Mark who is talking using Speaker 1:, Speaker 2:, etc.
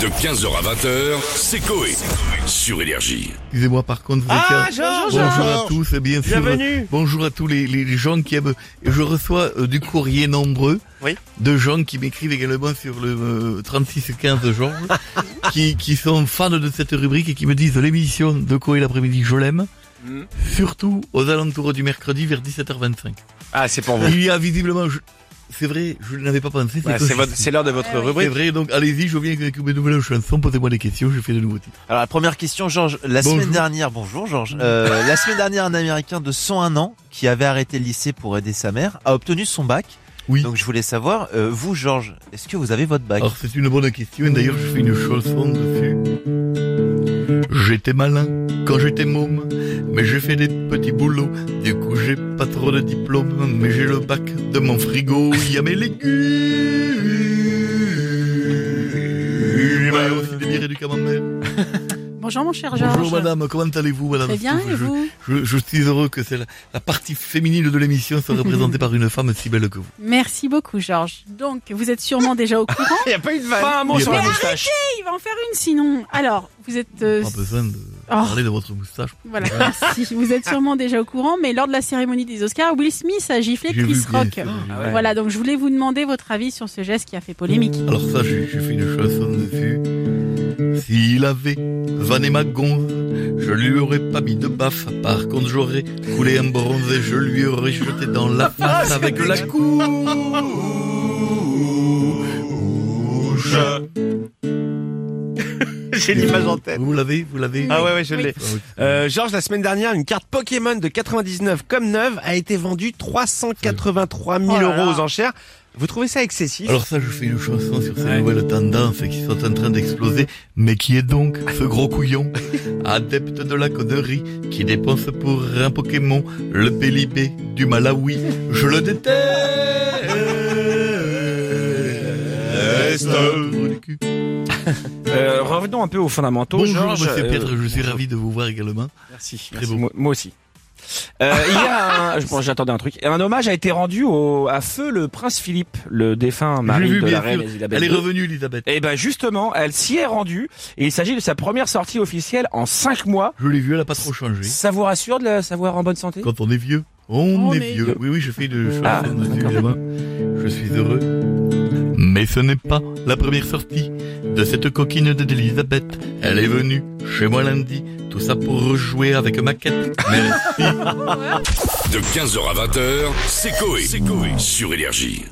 Speaker 1: De 15h à 20h, c'est Coé. Sur Énergie.
Speaker 2: Excusez-moi par contre, vous
Speaker 3: Ah,
Speaker 2: étiez-
Speaker 3: Georges
Speaker 2: Bonjour à tous et bien sûr.
Speaker 3: Bienvenue.
Speaker 2: euh, Bonjour à tous les, les- les gens qui aiment. Je reçois euh, du courrier nombreux
Speaker 3: Oui.
Speaker 2: de gens qui m'écrivent également sur le euh, 3615 Georges, qui, qui sont fans de cette rubrique et qui me disent l'émission de Coé l'après-midi, je l'aime.
Speaker 3: Mm.
Speaker 2: Surtout aux alentours du mercredi vers 17h25.
Speaker 3: Ah, c'est pour vous.
Speaker 2: Il y a visiblement, je- c'est vrai, je n'avais pas pensé.
Speaker 3: Bah,
Speaker 2: que-
Speaker 3: c'est votre- c'est l'heure de votre
Speaker 2: c'est
Speaker 3: rubrique.
Speaker 2: vrai, donc allez-y, je viens avec mes nouvelles chansons, posez-moi des questions, je fais de nouveaux titres.
Speaker 4: Alors la Ah, première question, Georges. La
Speaker 2: Bonjour.
Speaker 4: semaine dernière, bonjour Georges. Euh, la semaine dernière, un Américain de 101 ans qui avait arrêté le lycée pour aider sa mère a obtenu son bac.
Speaker 2: Oui.
Speaker 4: Donc je voulais savoir, euh, vous Georges, est-ce que vous avez votre bac
Speaker 2: Alors c'est une bonne question et d'ailleurs je fais une chanson dessus. J'étais malin quand j'étais môme, mais j'ai fait des petits boulots. Du coup j'ai pas trop de diplôme, mais j'ai le bac de mon frigo. Il y a mes légumes. Il y a aussi des bières et du camembert.
Speaker 5: Bonjour mon cher Georges.
Speaker 2: Bonjour madame, comment allez-vous madame
Speaker 5: Très bien
Speaker 2: Stouff
Speaker 5: et
Speaker 2: Je-
Speaker 5: vous
Speaker 2: je, je suis heureux que c'est la, la partie féminine de l'émission soit représentée par une femme si belle que vous.
Speaker 5: Merci beaucoup Georges. Donc vous êtes sûrement déjà au courant.
Speaker 3: Il n'y a pas eu de vanne. Pas un mot
Speaker 2: Il y a
Speaker 3: sur
Speaker 2: pas
Speaker 3: la
Speaker 2: de-
Speaker 3: moustache.
Speaker 5: Il va en faire une sinon. Alors vous êtes euh,
Speaker 2: Pas besoin de parler de votre moustache.
Speaker 5: voilà merci. Vous êtes sûrement déjà au courant. Mais lors de la cérémonie des Oscars, Will Smith a giflé
Speaker 2: J'ai
Speaker 5: Chris
Speaker 2: vu, bien
Speaker 5: Rock.
Speaker 2: sûr, j'ai vu.
Speaker 3: Ah ouais.
Speaker 5: Voilà donc je voulais vous demander votre avis sur ce geste qui a fait polémique.
Speaker 2: Alors ça, j'ai j'ai fait une chanson dessus. S'il avait vanné ma gonze, je lui aurais pas mis de baffe. Par contre, j'aurais coulé un bronze et je lui aurais jeté dans la
Speaker 3: Ah,
Speaker 2: face avec la couche.
Speaker 3: J'ai l'image en tête.
Speaker 2: Vous l'avez, vous l'avez.
Speaker 3: Ah ouais, ouais, je
Speaker 5: Oui.
Speaker 3: l'ai.
Speaker 2: Ah oui.
Speaker 3: Euh, Georges, la semaine dernière, une carte Pokémon de 99 comme neuve a été vendue 383 000
Speaker 5: Oh là là.
Speaker 3: euros aux enchères. Vous trouvez ça excessif
Speaker 2: Alors ça, je fais une chanson sur ces
Speaker 3: Ouais.
Speaker 2: nouvelles tendances qui sont en train d'exploser. Mais qui est donc ce gros couillon, adepte de la connerie, qui dépense pour un Pokémon le Pélibé du Malawi Je le déteste.
Speaker 3: Euh, Revenons un peu aux fondamentaux.
Speaker 2: Bonjour
Speaker 3: Georges.
Speaker 2: Monsieur
Speaker 3: Euh,
Speaker 2: Pietre, je suis ravi de vous voir également.
Speaker 3: Merci.
Speaker 2: Très
Speaker 3: merci.
Speaker 2: beau.
Speaker 3: Moi, moi aussi. Euh, il y a un, je pense, j'attendais un truc. Un hommage a été rendu au, à feu le prince Philippe, le défunt mari
Speaker 2: J'ai vu,
Speaker 3: de
Speaker 2: bien
Speaker 3: la reine
Speaker 2: sûr.
Speaker 3: Elisabeth
Speaker 2: Elle est
Speaker 3: II.
Speaker 2: revenue Elisabeth,
Speaker 3: Eh ben justement, elle s'y est rendue et il s'agit de sa première sortie officielle en 5 mois.
Speaker 2: je l'ai vue, elle a pas trop changé.
Speaker 3: Ça vous rassure de la savoir en bonne santé
Speaker 2: Quand on est vieux, on,
Speaker 5: On
Speaker 2: est,
Speaker 5: est
Speaker 2: vieux.
Speaker 3: vieux.
Speaker 2: Oui, oui, je fais une chanson
Speaker 3: Ah,
Speaker 2: dessus,
Speaker 3: d'accord.
Speaker 2: évidemment. Je suis heureux. Mais ce n'est pas la première sortie de cette coquine d'Elisabeth. Elle est venue chez moi lundi. Tout ça pour jouer avec ma quête. Merci.
Speaker 1: De 15h à 20h, c'est Coé. Sur Énergie.